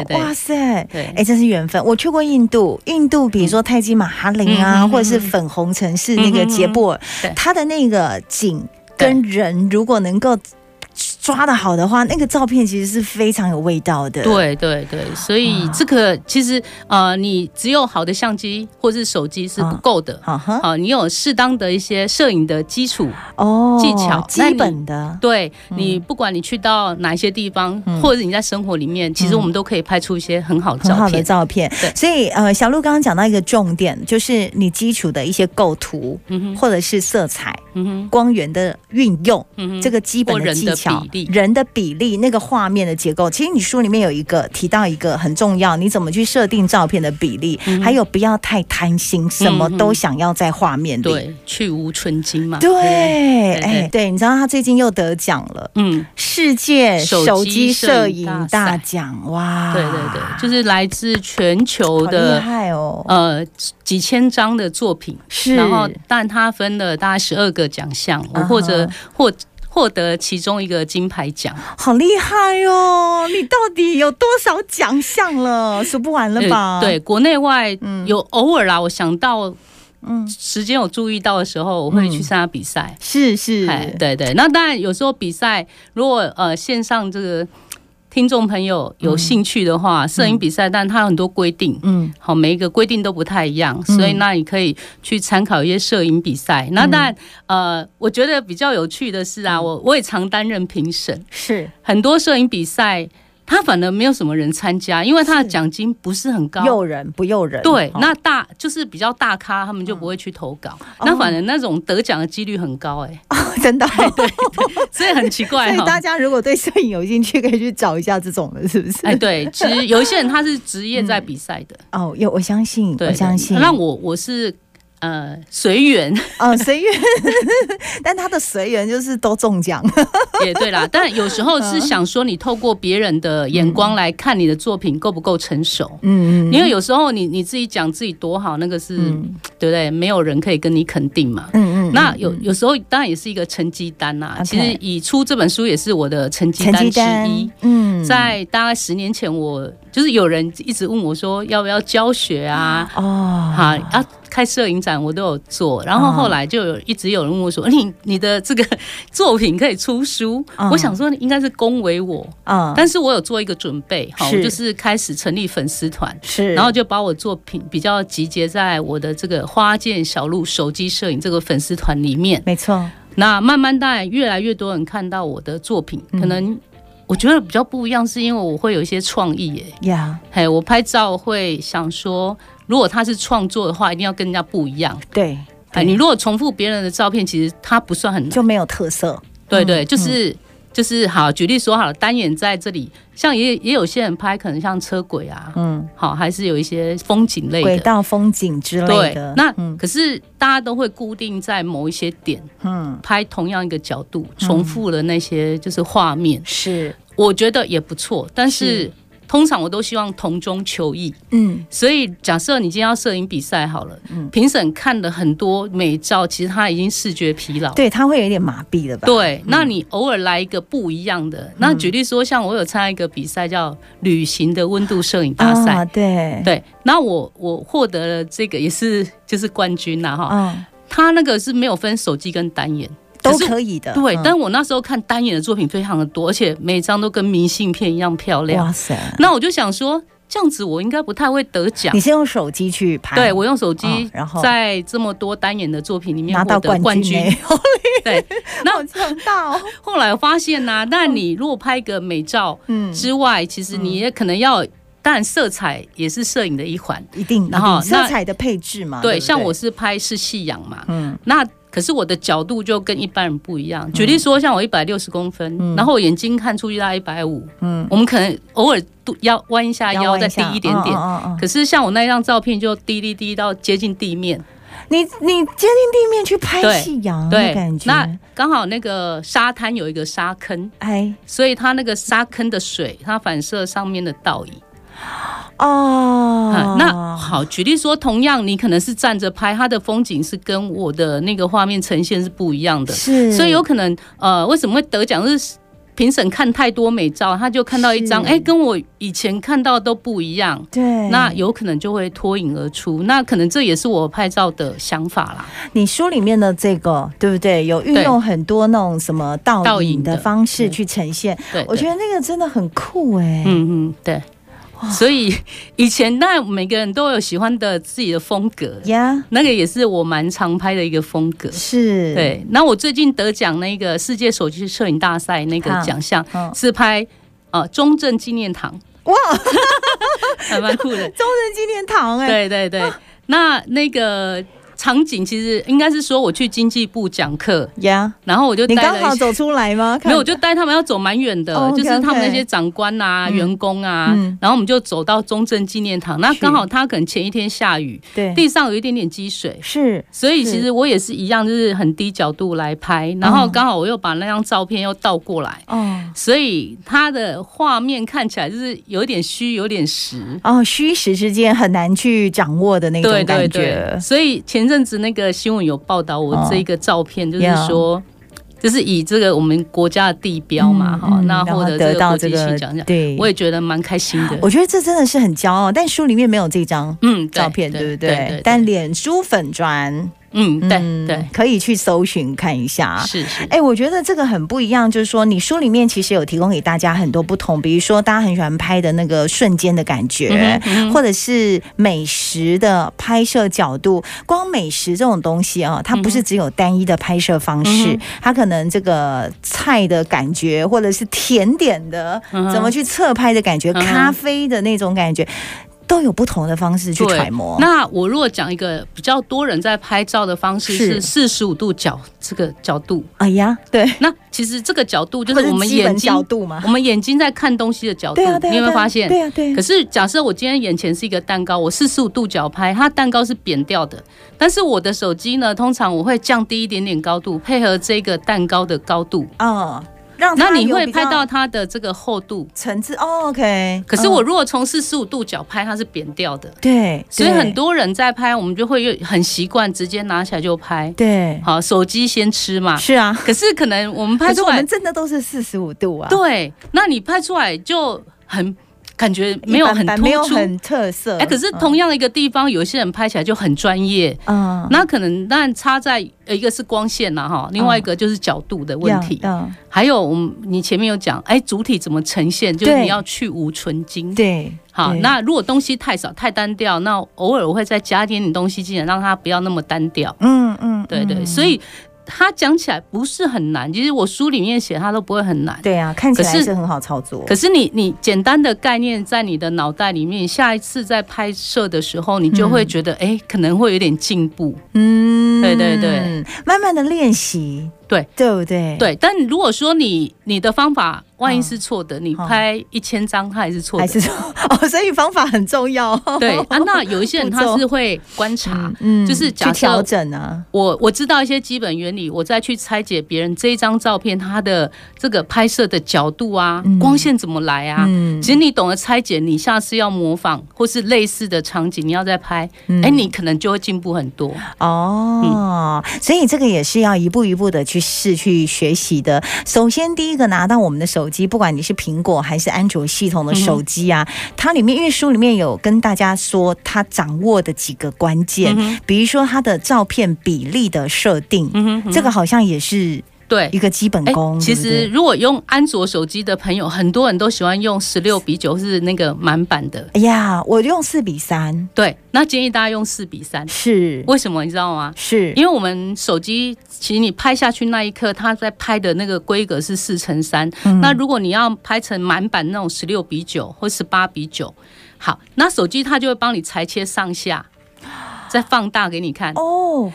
[SPEAKER 2] 对对
[SPEAKER 1] 哇塞，
[SPEAKER 2] 对
[SPEAKER 1] 哎、这是缘分。我去过印度，印度比如说泰姬玛哈林啊，
[SPEAKER 2] 嗯嗯嗯嗯嗯嗯
[SPEAKER 1] 或者是粉红城市那个杰布尔，
[SPEAKER 2] 对
[SPEAKER 1] 它的那个景。跟人如果能够抓得好的话，那个照片其实是非常有味道的。
[SPEAKER 2] 对对对，所以这个其实呃，你只有好的相机或是手机是不够的，
[SPEAKER 1] 啊哈，
[SPEAKER 2] 好、你有适当的一些摄影的基础，
[SPEAKER 1] 哦，
[SPEAKER 2] 技巧那
[SPEAKER 1] 基
[SPEAKER 2] 你
[SPEAKER 1] 本的，
[SPEAKER 2] 对你
[SPEAKER 1] 嗯
[SPEAKER 2] 不管你去到哪一些地方，或者你在生活里面，其实我们都可以拍出一些很好的
[SPEAKER 1] 嗯很
[SPEAKER 2] 照
[SPEAKER 1] 好的
[SPEAKER 2] 片。
[SPEAKER 1] 照片
[SPEAKER 2] 对。
[SPEAKER 1] 所以呃，小鹿刚刚讲到一个重点，就是你基础的一些构图，
[SPEAKER 2] 嗯哼，
[SPEAKER 1] 或者是色彩、
[SPEAKER 2] 嗯哼，
[SPEAKER 1] 光源的运用，
[SPEAKER 2] 嗯哼，
[SPEAKER 1] 这个基本
[SPEAKER 2] 或
[SPEAKER 1] 的
[SPEAKER 2] 人
[SPEAKER 1] 技
[SPEAKER 2] 的
[SPEAKER 1] 巧
[SPEAKER 2] 比例，
[SPEAKER 1] 人的比例，那个画面的结构。其实你书里面有一个提到一个很重要，你怎么去设定照片的比例，
[SPEAKER 2] 嗯
[SPEAKER 1] 还有不要太贪心，什么都想要在画面里。
[SPEAKER 2] 对，去无存精嘛。
[SPEAKER 1] 对，
[SPEAKER 2] 不
[SPEAKER 1] 哎，对，你知道他最近又得奖了。
[SPEAKER 2] 嗯，
[SPEAKER 1] 世界
[SPEAKER 2] 手机
[SPEAKER 1] 手机摄
[SPEAKER 2] 摄
[SPEAKER 1] 影
[SPEAKER 2] 影
[SPEAKER 1] 大
[SPEAKER 2] 大
[SPEAKER 1] 奖哇！
[SPEAKER 2] 对对对，就是来自全球
[SPEAKER 1] 啊好厉
[SPEAKER 2] 的
[SPEAKER 1] 害哦，
[SPEAKER 2] 呃几千张的作品，
[SPEAKER 1] 是，
[SPEAKER 2] 然后但它分了大概十二个奖项，我
[SPEAKER 1] 啊哈
[SPEAKER 2] 或者获获得其中一个金牌奖，
[SPEAKER 1] 好厉害哦！你到底有多少奖项了？数不完了吧？
[SPEAKER 2] 嗯呃对，国内外
[SPEAKER 1] 嗯
[SPEAKER 2] 有偶尔啦，我想到
[SPEAKER 1] 嗯，
[SPEAKER 2] 时间有注意到的时候，我会去参加比赛。
[SPEAKER 1] 是是，
[SPEAKER 2] 哎，对对，那当然有时候比赛，如果呃线上这个听众朋友有兴趣的话，摄、影比赛，但它有很多规定。
[SPEAKER 1] 嗯
[SPEAKER 2] 好，每一个规定都不太一样，
[SPEAKER 1] 嗯
[SPEAKER 2] 所以那你可以去参考一些摄影比赛。那当然，呃，我觉得比较有趣的是
[SPEAKER 1] 嗯
[SPEAKER 2] 啊，我我也常担任评审，
[SPEAKER 1] 是
[SPEAKER 2] 很多摄影比赛它反而没有什么人参加，因为它的
[SPEAKER 1] 是
[SPEAKER 2] 奖金不是很高。
[SPEAKER 1] 诱人不诱人？
[SPEAKER 2] 对
[SPEAKER 1] 哦，
[SPEAKER 2] 那大就是比较大咖，他们就不会去投稿，
[SPEAKER 1] 嗯
[SPEAKER 2] 那反而那种得奖的几率很高、哎、 哦
[SPEAKER 1] 真的哦。
[SPEAKER 2] 所以很奇
[SPEAKER 1] 所
[SPEAKER 2] 怪
[SPEAKER 1] 以大
[SPEAKER 2] 哈。
[SPEAKER 1] 家如果对摄影有兴趣，可以去找一下这种的，是不是？
[SPEAKER 2] 哎，对，其实有一些人他是职业在比赛的，
[SPEAKER 1] 哦，有我相信，
[SPEAKER 2] 对，
[SPEAKER 1] 我相信。
[SPEAKER 2] 那我我是呃随缘
[SPEAKER 1] 哦，随缘， 但他的随缘就是都中 奖，
[SPEAKER 2] 也对啦，但有时候
[SPEAKER 1] 嗯
[SPEAKER 2] 是想说你透过别人的眼光来看你的作品够不够成熟。
[SPEAKER 1] 嗯
[SPEAKER 2] 因为有时候你你自己讲自己多好，那个是、
[SPEAKER 1] 嗯
[SPEAKER 2] 对不对？没有人可以跟你肯定嘛。
[SPEAKER 1] 嗯嗯，
[SPEAKER 2] 那有有时候当然也是一个成绩单呐、
[SPEAKER 1] OK
[SPEAKER 2] 其实以出这本书也是我的成绩
[SPEAKER 1] 成绩
[SPEAKER 2] 单之
[SPEAKER 1] 单
[SPEAKER 2] 一。，
[SPEAKER 1] 嗯
[SPEAKER 2] 在大概十年前我，就是有人一直问我说要不要教学啊，
[SPEAKER 1] 哦，
[SPEAKER 2] 哈、啊，开摄影展我都有做。然后
[SPEAKER 1] 嗯
[SPEAKER 2] 后来就有一直有人问我说，你你的这个作品可以出书，
[SPEAKER 1] 嗯
[SPEAKER 2] 我想说应该是恭维我，
[SPEAKER 1] 嗯，
[SPEAKER 2] 但是我有做一个准备，好，我
[SPEAKER 1] 是
[SPEAKER 2] 就是开始成立粉丝团。
[SPEAKER 1] 是，
[SPEAKER 2] 然后就把我作品比较集结在我的这个花见小路手机摄影这个粉丝团里面。
[SPEAKER 1] 没错，
[SPEAKER 2] 那慢慢当然越来越多人看到我的作品，
[SPEAKER 1] 嗯
[SPEAKER 2] 可能我觉得比较不一样，是因为我会有一些创意耶。
[SPEAKER 1] 呀，
[SPEAKER 2] 嘿，我拍照会想说，如果他是创作的话，一定要跟人家不一样。
[SPEAKER 1] 对，
[SPEAKER 2] 哎，你如果重复别人的照片，其实它不算很难。
[SPEAKER 1] 就没有特色，
[SPEAKER 2] 对
[SPEAKER 1] 嗯
[SPEAKER 2] 对，就是。就是好，举例说好了，单眼在这里，像也也有些人拍，可能像车轨啊，
[SPEAKER 1] 嗯，
[SPEAKER 2] 好，还是有一些风景类
[SPEAKER 1] 轨
[SPEAKER 2] 的，
[SPEAKER 1] 道风景之类
[SPEAKER 2] 对
[SPEAKER 1] 的。，
[SPEAKER 2] 那、
[SPEAKER 1] 嗯
[SPEAKER 2] 可是大家都会固定在某一些点，
[SPEAKER 1] 嗯
[SPEAKER 2] 拍同样一个角度，重复了那些就是画面，
[SPEAKER 1] 是
[SPEAKER 2] 我觉得也不错。但是
[SPEAKER 1] 是
[SPEAKER 2] 通常我都希望同中求异，
[SPEAKER 1] 嗯
[SPEAKER 2] 所以假设你今天要摄影比赛好了
[SPEAKER 1] 嗯，
[SPEAKER 2] 评审、看了很多美照，其实他已经视觉疲劳。
[SPEAKER 1] 对，嗯他会有一点麻痹了吧？
[SPEAKER 2] 对，那你偶尔来一个不一样的，
[SPEAKER 1] 嗯
[SPEAKER 2] 那举例说，像我有参加一个比赛叫“旅行的温度摄影大赛”，
[SPEAKER 1] 啊，对，
[SPEAKER 2] 对，那我我获得了这个也是就是冠军啦哈，
[SPEAKER 1] 嗯，
[SPEAKER 2] 他那个是没有分手机跟单眼，
[SPEAKER 1] 都
[SPEAKER 2] 可是
[SPEAKER 1] 可以的。
[SPEAKER 2] 对，
[SPEAKER 1] 嗯
[SPEAKER 2] 但我那时候看单眼的作品非常的多，而且每一张都跟明信片一样漂亮。
[SPEAKER 1] 哇塞，
[SPEAKER 2] 那我就想说，这样子我应该不太会得奖
[SPEAKER 1] 你。是用手机去拍？
[SPEAKER 2] 对我用手
[SPEAKER 1] 嗯
[SPEAKER 2] 机
[SPEAKER 1] 然后
[SPEAKER 2] 在这么多单眼的作品里面
[SPEAKER 1] 拿
[SPEAKER 2] 获
[SPEAKER 1] 到
[SPEAKER 2] 得
[SPEAKER 1] 冠军欸，
[SPEAKER 2] 对，那
[SPEAKER 1] 好强大 哦！
[SPEAKER 2] 后来我发现 呢、那你如果拍一个美照
[SPEAKER 1] 嗯，
[SPEAKER 2] 之外，其实你也可能要，当然色彩也是摄影的一环。
[SPEAKER 1] 一定，
[SPEAKER 2] 然后
[SPEAKER 1] 一定色
[SPEAKER 2] 那
[SPEAKER 1] 彩的配置嘛，
[SPEAKER 2] 对，
[SPEAKER 1] 不
[SPEAKER 2] 像我，是拍是夕阳嘛，
[SPEAKER 1] 嗯
[SPEAKER 2] 那可是我的角度就跟一般人不一样。举例说，像我一百六十公分，
[SPEAKER 1] 嗯
[SPEAKER 2] 然后我眼睛看出去大概一百五，
[SPEAKER 1] 嗯，
[SPEAKER 2] 我们可能偶尔都腰弯一下腰，再低一点点。
[SPEAKER 1] 嗯嗯嗯嗯
[SPEAKER 2] 可是像我那张照片就低低低到接近地面，
[SPEAKER 1] 你你接近地面去拍
[SPEAKER 2] 对
[SPEAKER 1] 夕阳的
[SPEAKER 2] 对
[SPEAKER 1] 哦感，觉，
[SPEAKER 2] 那刚好那个沙滩有一个沙坑，
[SPEAKER 1] 哎
[SPEAKER 2] 所以它那个沙坑的水它反射上面的倒影。
[SPEAKER 1] 哦
[SPEAKER 2] 啊，，那好，举例说，同样你可能是站着拍，它的风景是跟我的那个画面呈现是不一样的，
[SPEAKER 1] 是，
[SPEAKER 2] 所以有可能呃，为什么会得奖就是评审看太多美照，他就看到一张，
[SPEAKER 1] 是
[SPEAKER 2] 哎，跟我以前看到都不一样。
[SPEAKER 1] 对，
[SPEAKER 2] 那有可能就会脱颖而出，那可能这也是我拍照的想法啦。
[SPEAKER 1] 你书里面的这个，对不对？有运
[SPEAKER 2] 对
[SPEAKER 1] 用很多那种什么倒
[SPEAKER 2] 倒
[SPEAKER 1] 影
[SPEAKER 2] 影
[SPEAKER 1] 的
[SPEAKER 2] 的
[SPEAKER 1] 方式
[SPEAKER 2] 对
[SPEAKER 1] 去呈现，
[SPEAKER 2] 对，
[SPEAKER 1] 我觉
[SPEAKER 2] 得，
[SPEAKER 1] 得那个真的很酷哎、
[SPEAKER 2] 嗯嗯，对。所以以前那每个人都有喜欢的自己的风格，
[SPEAKER 1] 呀、
[SPEAKER 2] 那个也是我蛮常拍的一个风格。
[SPEAKER 1] 是，，
[SPEAKER 2] 对，那我最近得奖那个世界手机摄影大赛那个
[SPEAKER 1] 啊
[SPEAKER 2] 奖项
[SPEAKER 1] 嗯
[SPEAKER 2] 是拍呃中正纪念堂，
[SPEAKER 1] 哇，。
[SPEAKER 2] 还蛮酷的
[SPEAKER 1] 中正纪念堂哎、
[SPEAKER 2] 对对对，那那个场景其实应该是说我去经济部讲课，
[SPEAKER 1] 呀
[SPEAKER 2] 然后我就
[SPEAKER 1] 你
[SPEAKER 2] 带
[SPEAKER 1] 刚
[SPEAKER 2] 了
[SPEAKER 1] 好
[SPEAKER 2] 一些。
[SPEAKER 1] 走出来吗？看
[SPEAKER 2] 没有，我就带他们要走蛮远的
[SPEAKER 1] 哦，OK，
[SPEAKER 2] 就是他们
[SPEAKER 1] OK
[SPEAKER 2] 那些长官啊、
[SPEAKER 1] 嗯
[SPEAKER 2] 员工啊，
[SPEAKER 1] 嗯
[SPEAKER 2] 然后我们就走到中正纪念堂。那
[SPEAKER 1] 是
[SPEAKER 2] 刚好他可能前一天下雨，
[SPEAKER 1] 对，
[SPEAKER 2] 地上有一点点积水，
[SPEAKER 1] 是
[SPEAKER 2] 所以
[SPEAKER 1] 是
[SPEAKER 2] 其实我也是一样，就是很低角度来拍，然后
[SPEAKER 1] 嗯
[SPEAKER 2] 刚好我又把那张照片又倒过来，
[SPEAKER 1] 哦
[SPEAKER 2] 所以它的画面看起来就是有点虚，有点实。
[SPEAKER 1] 哦，虚实之间很难去掌握的那种
[SPEAKER 2] 对
[SPEAKER 1] 感
[SPEAKER 2] 对
[SPEAKER 1] 觉，
[SPEAKER 2] 对，所以前阵子那个新闻有报道我
[SPEAKER 1] 哦
[SPEAKER 2] 这一个照片，就是
[SPEAKER 1] Yeah
[SPEAKER 2] 说，就是以这个我们国家的地标嘛，
[SPEAKER 1] 嗯
[SPEAKER 2] 哈、
[SPEAKER 1] 嗯
[SPEAKER 2] 那
[SPEAKER 1] 然后
[SPEAKER 2] 获得
[SPEAKER 1] 得
[SPEAKER 2] 这个
[SPEAKER 1] 到
[SPEAKER 2] 国
[SPEAKER 1] 这
[SPEAKER 2] 际性
[SPEAKER 1] 个
[SPEAKER 2] 奖项，
[SPEAKER 1] 对，
[SPEAKER 2] 我也觉得蛮开心的。
[SPEAKER 1] 我觉得这真的是很骄傲，但书里面没有这张。
[SPEAKER 2] 嗯，对
[SPEAKER 1] 照片对不对？
[SPEAKER 2] 对，
[SPEAKER 1] 但脸书粉砖，
[SPEAKER 2] 嗯，对
[SPEAKER 1] 嗯
[SPEAKER 2] 对，
[SPEAKER 1] 可以去搜寻看一下。
[SPEAKER 2] 是是，
[SPEAKER 1] 哎、我觉得这个很不一样，就是说，你书里面其实有提供给大家很多不同，比如说大家很喜欢拍的那个瞬间的感觉
[SPEAKER 2] 嗯，哼嗯哼
[SPEAKER 1] 哎或者是美食的拍摄角度。光美食这种东西啊，它不是只有单一的拍摄方式，
[SPEAKER 2] 嗯嗯哼
[SPEAKER 1] 它可能这个菜的感觉，或者是甜点的、
[SPEAKER 2] 嗯哼
[SPEAKER 1] 怎么去侧拍的感觉，
[SPEAKER 2] 嗯哼
[SPEAKER 1] 咖啡的那种感觉，都有不同的方式去
[SPEAKER 2] 对
[SPEAKER 1] 揣摩。
[SPEAKER 2] 那我如果讲一个比较多人在拍照的方式
[SPEAKER 1] 是
[SPEAKER 2] 是四十五度角这个角度，
[SPEAKER 1] 哎呀，对，
[SPEAKER 2] 那其实这个角度就
[SPEAKER 1] 或
[SPEAKER 2] 是我们
[SPEAKER 1] 基本
[SPEAKER 2] 眼
[SPEAKER 1] 角
[SPEAKER 2] 睛，
[SPEAKER 1] 度嘛
[SPEAKER 2] 我。们眼睛在看东西的角度，
[SPEAKER 1] 对啊，对啊，
[SPEAKER 2] 哦你有
[SPEAKER 1] 对
[SPEAKER 2] 没有
[SPEAKER 1] 啊
[SPEAKER 2] 发现？
[SPEAKER 1] 对啊，对啊
[SPEAKER 2] 可是假设我今天眼前是一个蛋糕，我四十五度角拍，它蛋糕是扁掉的，但是我的手机呢，通常我会降低一点点高度，配合这个蛋糕的高度，
[SPEAKER 1] 嗯，让
[SPEAKER 2] 那
[SPEAKER 1] 它
[SPEAKER 2] 你
[SPEAKER 1] 有
[SPEAKER 2] 会
[SPEAKER 1] 比
[SPEAKER 2] 拍
[SPEAKER 1] 较
[SPEAKER 2] 到它的这个厚度。
[SPEAKER 1] 层次。哦，OK。
[SPEAKER 2] 可是我
[SPEAKER 1] 嗯
[SPEAKER 2] 如果从四十五度角拍，它是扁掉的。
[SPEAKER 1] 对，
[SPEAKER 2] 所以
[SPEAKER 1] 对
[SPEAKER 2] 很多人在拍，我们就会有很习惯直接拿起来就拍。
[SPEAKER 1] 对
[SPEAKER 2] 好，手机先吃嘛。
[SPEAKER 1] 是啊，
[SPEAKER 2] 可是可能我们
[SPEAKER 1] 可
[SPEAKER 2] 拍
[SPEAKER 1] 是
[SPEAKER 2] 出
[SPEAKER 1] 我
[SPEAKER 2] 来
[SPEAKER 1] 们，真的都是四十五度啊，
[SPEAKER 2] 对，那你拍出来就很感觉
[SPEAKER 1] 一
[SPEAKER 2] 没有
[SPEAKER 1] 般
[SPEAKER 2] 很
[SPEAKER 1] 般
[SPEAKER 2] 突
[SPEAKER 1] 没有
[SPEAKER 2] 出。
[SPEAKER 1] 很嗯特色。
[SPEAKER 2] 哎、可是同样的一个地方，有些人拍起来就很专业。
[SPEAKER 1] 嗯，
[SPEAKER 2] 那可能但差在呃一个是光线啦哈，另外一个就是角度的问题，
[SPEAKER 1] 嗯，
[SPEAKER 2] 还有我们你前面有讲，哎，主体怎么呈现，就是
[SPEAKER 1] 对
[SPEAKER 2] 你要去无存精
[SPEAKER 1] 嗯。对，
[SPEAKER 2] 好，
[SPEAKER 1] 对
[SPEAKER 2] 那如果东西太少太单调，那偶尔我会再加一点点东西进来，让它不要那么单调。
[SPEAKER 1] 嗯嗯，
[SPEAKER 2] 对对，
[SPEAKER 1] 嗯
[SPEAKER 2] 所以它讲起来不是很难，其实我书里面写它都不会很难。
[SPEAKER 1] 对啊，看起来
[SPEAKER 2] 可是
[SPEAKER 1] 是很好操作。
[SPEAKER 2] 可是你你简单的概念在你的脑袋里面，下一次在拍摄的时候，你就会觉得哎、诶可能会有点进步。
[SPEAKER 1] 嗯
[SPEAKER 2] 对对对，
[SPEAKER 1] 慢慢的练习，
[SPEAKER 2] 对
[SPEAKER 1] 对不对？
[SPEAKER 2] 对，但如果说你你的方法万一是错的，你
[SPEAKER 1] 嗯
[SPEAKER 2] 拍一千张它也是错
[SPEAKER 1] 还
[SPEAKER 2] 的。
[SPEAKER 1] 是说哦，所以方法很重要。
[SPEAKER 2] 对啊，那有一些人
[SPEAKER 1] 步骤
[SPEAKER 2] 他是会观察，
[SPEAKER 1] 嗯
[SPEAKER 2] 就是
[SPEAKER 1] 去
[SPEAKER 2] 假设
[SPEAKER 1] 调整啊，
[SPEAKER 2] 我我知道一些基本原理，我再去拆解别人这一张照片它的这个拍摄的角度啊，
[SPEAKER 1] 嗯
[SPEAKER 2] 光线怎么来啊。
[SPEAKER 1] 嗯
[SPEAKER 2] 其实你懂得拆解，你下次要模仿或是类似的场景，你要再拍，
[SPEAKER 1] 嗯
[SPEAKER 2] 哎、你可能就会进步很多。
[SPEAKER 1] 哦，
[SPEAKER 2] 嗯
[SPEAKER 1] 所以这个也是要一步一步的去试去学习的。首先，第一个拿到我们的手机，不管你是苹果还是安卓系统
[SPEAKER 2] 嗯
[SPEAKER 1] 的手机啊，它里面因为书里面有跟大家说它掌握的几个关键，
[SPEAKER 2] 嗯哼
[SPEAKER 1] 比如说它的照片比例的设定，
[SPEAKER 2] 嗯哼，嗯
[SPEAKER 1] 这个好像也是
[SPEAKER 2] 对
[SPEAKER 1] 一。个基本
[SPEAKER 2] 哎
[SPEAKER 1] 功。
[SPEAKER 2] 其
[SPEAKER 1] 对不
[SPEAKER 2] 实如果用安卓手机的朋友，很多人都喜欢用十六比九，是那个满版的。
[SPEAKER 1] 对，哎呀，我用四比三，
[SPEAKER 2] 对，那建议大家用四比三。
[SPEAKER 1] 是
[SPEAKER 2] 为什么你知道吗？
[SPEAKER 1] 是，
[SPEAKER 2] 因为我们手机其实你拍下去那一刻，它在拍的那个规格是四乘三。
[SPEAKER 1] 嗯
[SPEAKER 2] 那如果你要拍成满版那种十六比九或十八比九，好，那手机它就会帮你裁切上下，再放大给你看。
[SPEAKER 1] 哦，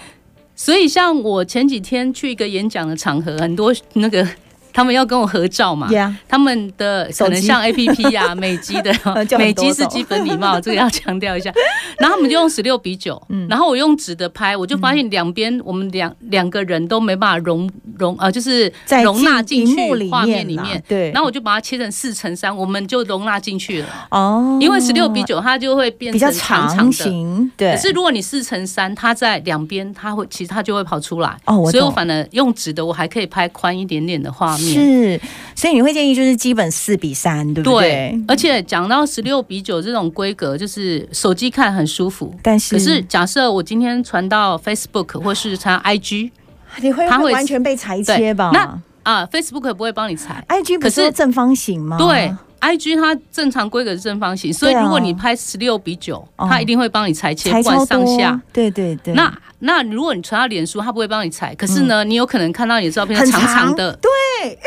[SPEAKER 2] 所以像我前几天去一个演讲的场合，很多那个他们要跟我合照嘛。
[SPEAKER 1] 呀，
[SPEAKER 2] 他们的
[SPEAKER 1] 手
[SPEAKER 2] 可
[SPEAKER 1] 机嗯
[SPEAKER 2] 能像 A P P 呀、 美肌 的
[SPEAKER 1] 就很多，
[SPEAKER 2] 美
[SPEAKER 1] 种
[SPEAKER 2] 肌是基本礼貌，这个要强调 一下。然后我们就用十六比九、
[SPEAKER 1] 嗯
[SPEAKER 2] 然后我用纸的拍，我就发现两边我们两两个人都没办法容容呃，就是
[SPEAKER 1] 在
[SPEAKER 2] 容纳进
[SPEAKER 1] 荧幕
[SPEAKER 2] 去画面里
[SPEAKER 1] 啦
[SPEAKER 2] 面。
[SPEAKER 1] 对，
[SPEAKER 2] 然后我就把它切成四乘三，我们就容纳进去了。
[SPEAKER 1] 哦，
[SPEAKER 2] 因为十六比九，它就会变
[SPEAKER 1] 比较
[SPEAKER 2] 成长长
[SPEAKER 1] 长
[SPEAKER 2] 的。
[SPEAKER 1] 型，对，
[SPEAKER 2] 可是如果你四乘三，它在两边，它会其实它就会跑出来。
[SPEAKER 1] 哦我懂
[SPEAKER 2] 所以我反而用直的，我还可以拍宽一点点的画面。面。
[SPEAKER 1] 是，所以你会建议就是基本四比三，对不
[SPEAKER 2] 对，而且讲到十六比九这种规格，就是手机看很舒服。
[SPEAKER 1] 但是
[SPEAKER 2] 可是假设我今天传到 Facebook 或是传 IG
[SPEAKER 1] 你会
[SPEAKER 2] 它
[SPEAKER 1] 会
[SPEAKER 2] 会
[SPEAKER 1] 完全被裁
[SPEAKER 2] 对
[SPEAKER 1] 切吧？啊
[SPEAKER 2] 那啊，Facebook 不会帮你裁。
[SPEAKER 1] IG 不
[SPEAKER 2] 可
[SPEAKER 1] 是
[SPEAKER 2] 是
[SPEAKER 1] 说正方形吗？
[SPEAKER 2] 对。IG 它正常规格是正方形，所以
[SPEAKER 1] 啊对啊
[SPEAKER 2] 如果你拍十六比九、
[SPEAKER 1] 哦
[SPEAKER 2] 它一定会帮你裁切，
[SPEAKER 1] 裁
[SPEAKER 2] 不管
[SPEAKER 1] 超
[SPEAKER 2] 上
[SPEAKER 1] 多
[SPEAKER 2] 下。，
[SPEAKER 1] 对对对。嗯
[SPEAKER 2] 那那如果你传到脸书，它不会帮你裁，可是呢，你有可能看到你的照片
[SPEAKER 1] 很
[SPEAKER 2] 长长的，
[SPEAKER 1] 对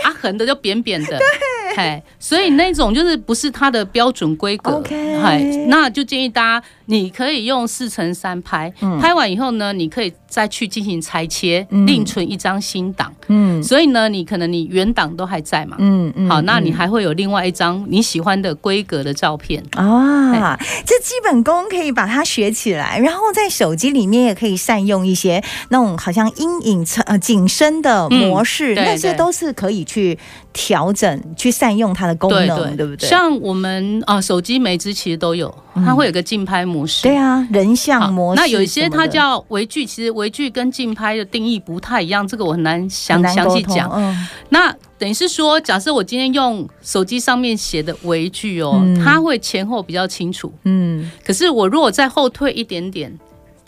[SPEAKER 2] 啊，横的就扁扁 的，对，哎，所以那种就是不是它的标准规格
[SPEAKER 1] OK
[SPEAKER 2] 嗨那就建议大家你可以用四乘三拍，拍完以后呢，你可以再去进行裁切，
[SPEAKER 1] 嗯
[SPEAKER 2] 另存一张新档，
[SPEAKER 1] 嗯
[SPEAKER 2] 所以呢，你可能你原档都还在嘛，
[SPEAKER 1] 嗯嗯
[SPEAKER 2] 好，那你还会有另外一张你喜欢的规格的照片，
[SPEAKER 1] 啊，这基本功可以把它学起来，然后在手机里面也可以善用一些那种好像阴影层呃景深的模式，
[SPEAKER 2] 嗯对
[SPEAKER 1] 那些
[SPEAKER 2] 对
[SPEAKER 1] 都是可以去调整、去善用它的功能，对不对？嗯
[SPEAKER 2] 像我们啊、手机每只其实都有，它会有个竞拍模式，
[SPEAKER 1] 对啊，人像
[SPEAKER 2] 好
[SPEAKER 1] 模式什么的，
[SPEAKER 2] 那有一些它叫微距，其实微距跟竞拍的定义不太一样，这个我很难详
[SPEAKER 1] 很难
[SPEAKER 2] 详
[SPEAKER 1] 沟
[SPEAKER 2] 细
[SPEAKER 1] 通
[SPEAKER 2] 讲。
[SPEAKER 1] 嗯
[SPEAKER 2] 那等于是说，假设我今天用手机上面写的微距哦，
[SPEAKER 1] 嗯
[SPEAKER 2] 它会前后比较清楚。
[SPEAKER 1] 嗯
[SPEAKER 2] 可是我如果再后退一点点，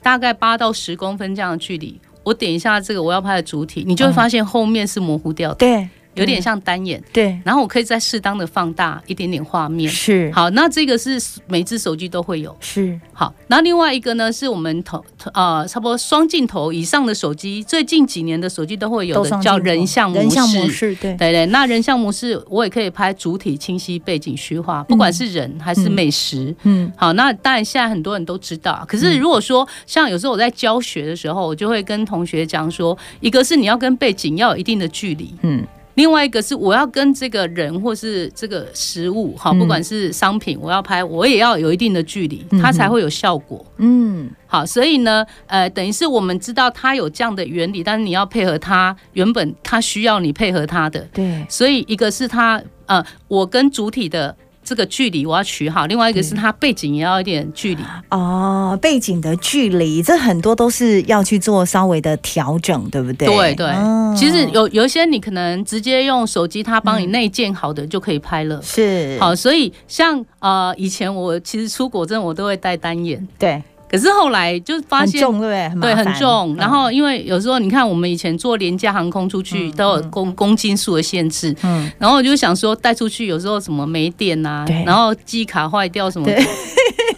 [SPEAKER 2] 大概八到十公分这样的距离，我点一下这个我要拍的主体，你就会发现后面是模糊掉的，
[SPEAKER 1] 对
[SPEAKER 2] 有点像单眼。
[SPEAKER 1] 对
[SPEAKER 2] 然后我可以再适当的放大一点点画面。
[SPEAKER 1] 是
[SPEAKER 2] 好，那这个是每只手机都会有。
[SPEAKER 1] 是
[SPEAKER 2] 好，那另外一个呢，是我们头呃差不多双镜头以上的手机，最近几年的手机都会有
[SPEAKER 1] 都
[SPEAKER 2] 的
[SPEAKER 1] 上
[SPEAKER 2] 叫
[SPEAKER 1] 镜头
[SPEAKER 2] 人像模式。
[SPEAKER 1] 人像模式对
[SPEAKER 2] 对对，那人像模式我也可以拍主体清晰、背景虚化，不管是人还是美食。
[SPEAKER 1] 嗯
[SPEAKER 2] 好，那当然现在很多人都知道，啊可是如果说像有时候我在教学的时候，我就会跟同学讲说，一个是你要跟背景要有一定的距离，
[SPEAKER 1] 嗯
[SPEAKER 2] 另外一个是我要跟这个人或是这个食物，好，
[SPEAKER 1] 嗯
[SPEAKER 2] 不管是商品，我要拍，我也要有一定的距离
[SPEAKER 1] 嗯，哼
[SPEAKER 2] 它才会有效果。
[SPEAKER 1] 嗯
[SPEAKER 2] 好，所以呢，呃，等于是我们知道它有这样的原理，但是你要配合它原本它需要你配合它的，
[SPEAKER 1] 对
[SPEAKER 2] 所以一个是它呃，我跟主体的这个距离我要取好，另外一个是它背景也要一点距离。
[SPEAKER 1] 哦，背景的距离，这很多都是要去做稍微的调整，对不对？
[SPEAKER 2] 对对
[SPEAKER 1] 嗯，
[SPEAKER 2] 其实有有一些你可能直接用手机，它帮你内建好的就可以拍了。
[SPEAKER 1] 是
[SPEAKER 2] 好，所以像呃，以前我其实出国证我都会带单眼，
[SPEAKER 1] 对，
[SPEAKER 2] 可是后来就发
[SPEAKER 1] 很
[SPEAKER 2] 现
[SPEAKER 1] 重对不对？很麻
[SPEAKER 2] 对
[SPEAKER 1] 烦
[SPEAKER 2] 很重，
[SPEAKER 1] 嗯
[SPEAKER 2] 然后因为有时候你看我们以前坐廉价航空出去都有公公斤数的限制，
[SPEAKER 1] 嗯
[SPEAKER 2] 然后我就想说带出去有时候什么没电啊
[SPEAKER 1] 对，
[SPEAKER 2] 然后记忆卡坏掉什么
[SPEAKER 1] 对。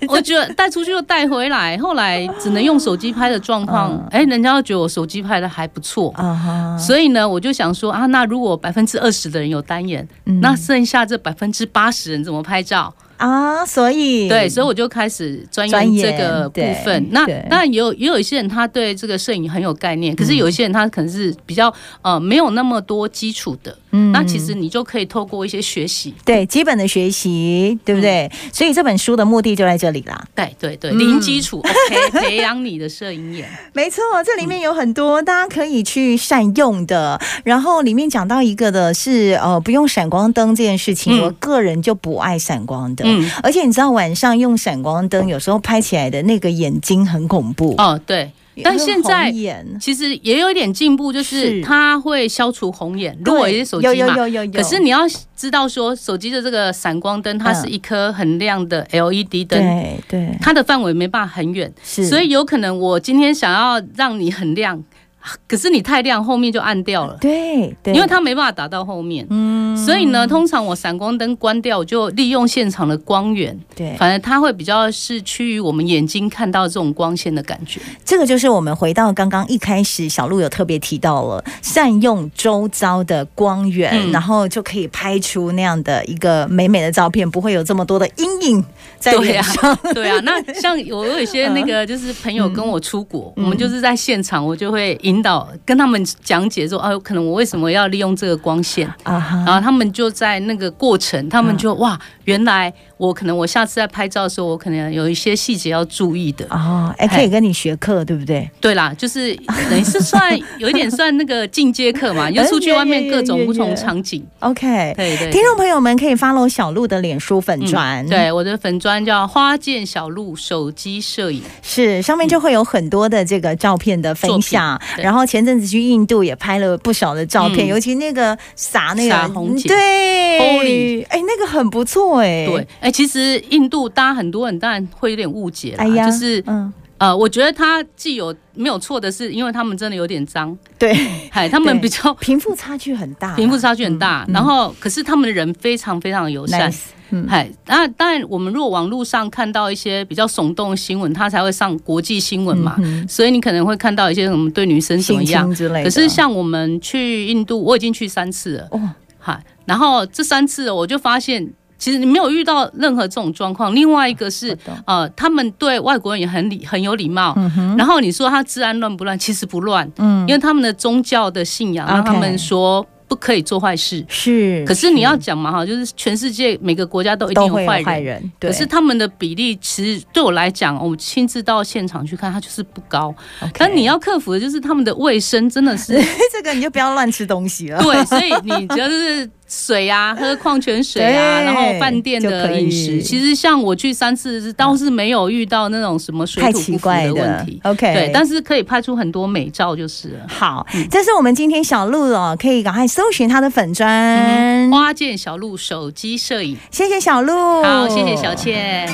[SPEAKER 2] 我觉得带出去又带回来，后来只能用手机拍的状况
[SPEAKER 1] 嗯，
[SPEAKER 2] 哎、人家都觉得我手机拍的还不错，
[SPEAKER 1] 啊哈，
[SPEAKER 2] 所以呢，我就想说啊，那如果百分之二十的人有单眼，
[SPEAKER 1] 嗯
[SPEAKER 2] 那剩下这百分之八十人怎么拍照？
[SPEAKER 1] 啊，所以
[SPEAKER 2] 对，所以我就开始钻
[SPEAKER 1] 钻
[SPEAKER 2] 研
[SPEAKER 1] 研
[SPEAKER 2] 这个部
[SPEAKER 1] 对
[SPEAKER 2] 分。那
[SPEAKER 1] 对嗯
[SPEAKER 2] 当然也有也有一些人他对这个摄影很有概念，可是有一些人他可能是比较呃没有那么多基础的。
[SPEAKER 1] 嗯
[SPEAKER 2] 那其实你就可以透过一些学习，
[SPEAKER 1] 对基本的学习，
[SPEAKER 2] 嗯
[SPEAKER 1] 对不对？所以这本书的目的就在这里啦。
[SPEAKER 2] 对对
[SPEAKER 1] 嗯
[SPEAKER 2] 对，零基础 OK 培养你的摄 影眼。
[SPEAKER 1] 没错，这里面有很多大家可以去善用的。然后里面讲到一个的是，呃，不用闪光灯这件事情，
[SPEAKER 2] 嗯
[SPEAKER 1] 我个人就不爱闪光灯。
[SPEAKER 2] 嗯，
[SPEAKER 1] 而且你知道晚上用闪光灯，有时候拍起来的那个眼睛很恐怖。
[SPEAKER 2] 哦对，但现在
[SPEAKER 1] 会红眼
[SPEAKER 2] 其实也有一点进步，就是是它会消除红眼。如果
[SPEAKER 1] 对
[SPEAKER 2] 有些手
[SPEAKER 1] 有
[SPEAKER 2] 机
[SPEAKER 1] 有
[SPEAKER 2] 嘛，
[SPEAKER 1] 有有有，
[SPEAKER 2] 可是你要知道说，手机的这个闪光灯，它是一颗很亮的 LED 灯，
[SPEAKER 1] 嗯对对
[SPEAKER 2] 它的范围没办法很远，
[SPEAKER 1] 是，
[SPEAKER 2] 所以有可能我今天想要让你很亮，可是你太亮，后面就暗掉了。
[SPEAKER 1] 对对，
[SPEAKER 2] 因为它没办法打到后面，嗯，所以呢，通常我闪光灯关掉，我就利用现场的光源，
[SPEAKER 1] 对
[SPEAKER 2] 反正它会比较是趋于我们眼睛看到这种光线的感觉。
[SPEAKER 1] 这个就是我们回到刚刚一开始，小鹿有特别提到了善用周遭的光源，
[SPEAKER 2] 嗯
[SPEAKER 1] 然后就可以拍出那样的一个美美的照片，不会有这么多的阴影在
[SPEAKER 2] 对
[SPEAKER 1] 脸
[SPEAKER 2] 呀
[SPEAKER 1] 上。嗯
[SPEAKER 2] 对啊，那像我有一些那个就是朋友跟我出国，我们就是在现场，我就会引导跟他们讲解说，哦、可能我为什么要利用这个光线。
[SPEAKER 1] 啊哈，
[SPEAKER 2] 然后他们就在那个过程，他们就、
[SPEAKER 1] 嗯
[SPEAKER 2] 哇，原来我可能我下次在拍照的时候，我可能有一些细节要注意的。
[SPEAKER 1] 哦，哎，可以跟你学课，对不对？
[SPEAKER 2] 对啦，就是等于是 算有一点算那个进阶课
[SPEAKER 1] 哎
[SPEAKER 2] 嘛，你就出去外面各种不同场景。
[SPEAKER 1] OK，
[SPEAKER 2] 对对
[SPEAKER 1] 听众朋友们可以 follow 小鹿的脸书粉
[SPEAKER 2] 嗯
[SPEAKER 1] 砖、，
[SPEAKER 2] 对我的粉砖专叫“花见小路手机摄影
[SPEAKER 1] 是上面就会有很多的这个照片的分享
[SPEAKER 2] 作。品对
[SPEAKER 1] 然后前阵子去印度也拍了不少的照片，
[SPEAKER 2] 嗯
[SPEAKER 1] 尤其那个撒那
[SPEAKER 2] 撒
[SPEAKER 1] 个嗯
[SPEAKER 2] 红景
[SPEAKER 1] 对，
[SPEAKER 2] Holy
[SPEAKER 1] 哎、那个很不错哎、”。
[SPEAKER 2] 对，哎、其实印度大家很多人当然会有点误解啦，
[SPEAKER 1] 哎呀，
[SPEAKER 2] 就是
[SPEAKER 1] 嗯，
[SPEAKER 2] 呃，我觉得它既有没有错的是，因为他们真的有点 脏，
[SPEAKER 1] 对，
[SPEAKER 2] 嗨，他们
[SPEAKER 1] 对
[SPEAKER 2] 比较
[SPEAKER 1] 贫富差距很大啦，啊
[SPEAKER 2] 贫富差距很大，
[SPEAKER 1] 嗯
[SPEAKER 2] 然后可是他们的人非常非常友善。
[SPEAKER 1] nice，嗯，
[SPEAKER 2] 嗨，那当然，我们如果网络上看到一些比较耸动的新闻，它才会上国际新闻嘛，
[SPEAKER 1] 嗯
[SPEAKER 2] 所以你可能会看到一些什么对女生怎么
[SPEAKER 1] 性
[SPEAKER 2] 样
[SPEAKER 1] 侵。之类的。
[SPEAKER 2] 可是像我们去印度，我已经去三次了，
[SPEAKER 1] 哇，
[SPEAKER 2] 嗨，然后这三次我就发现，其实你没有遇到任何这种状况。另外一个
[SPEAKER 1] 我
[SPEAKER 2] 是，
[SPEAKER 1] 懂
[SPEAKER 2] 呃，他们对外国人也很礼很有礼貌。
[SPEAKER 1] 嗯哼，
[SPEAKER 2] 然后你说他治安乱不乱？其实不乱，
[SPEAKER 1] 嗯，
[SPEAKER 2] 因为他们的宗教的信仰
[SPEAKER 1] OK 嗯
[SPEAKER 2] 让他们说不可以做坏事。
[SPEAKER 1] 是，
[SPEAKER 2] 可是你要讲嘛哈，就是全世界每个国家都一定
[SPEAKER 1] 都
[SPEAKER 2] 有
[SPEAKER 1] 会有
[SPEAKER 2] 坏人，
[SPEAKER 1] 坏人，对，
[SPEAKER 2] 可是他们的比例其实对我来讲，我亲自到现场去看，它就是不高。
[SPEAKER 1] OK，
[SPEAKER 2] 但你要克服的就是他们的卫生真的是
[SPEAKER 1] 这个你就不要乱吃东西 了。
[SPEAKER 2] 对，所以你就是水 啊，喝矿泉水啊，
[SPEAKER 1] 对
[SPEAKER 2] 然后饭店
[SPEAKER 1] 就可
[SPEAKER 2] 的
[SPEAKER 1] 以
[SPEAKER 2] 饮食，其实像我去三次倒是没有遇到那种什么水
[SPEAKER 1] 太
[SPEAKER 2] 土
[SPEAKER 1] 奇
[SPEAKER 2] 不服
[SPEAKER 1] 怪
[SPEAKER 2] 的问
[SPEAKER 1] 的
[SPEAKER 2] 题。
[SPEAKER 1] ，OK，
[SPEAKER 2] 对，嗯但是可以拍出很多美照就是了。
[SPEAKER 1] 好，这是我们今天小鹿哦，可以赶快搜寻他的粉砖。
[SPEAKER 2] 嗯花见小鹿手机摄影，
[SPEAKER 1] 谢谢小鹿，
[SPEAKER 2] 好，谢谢小。倩。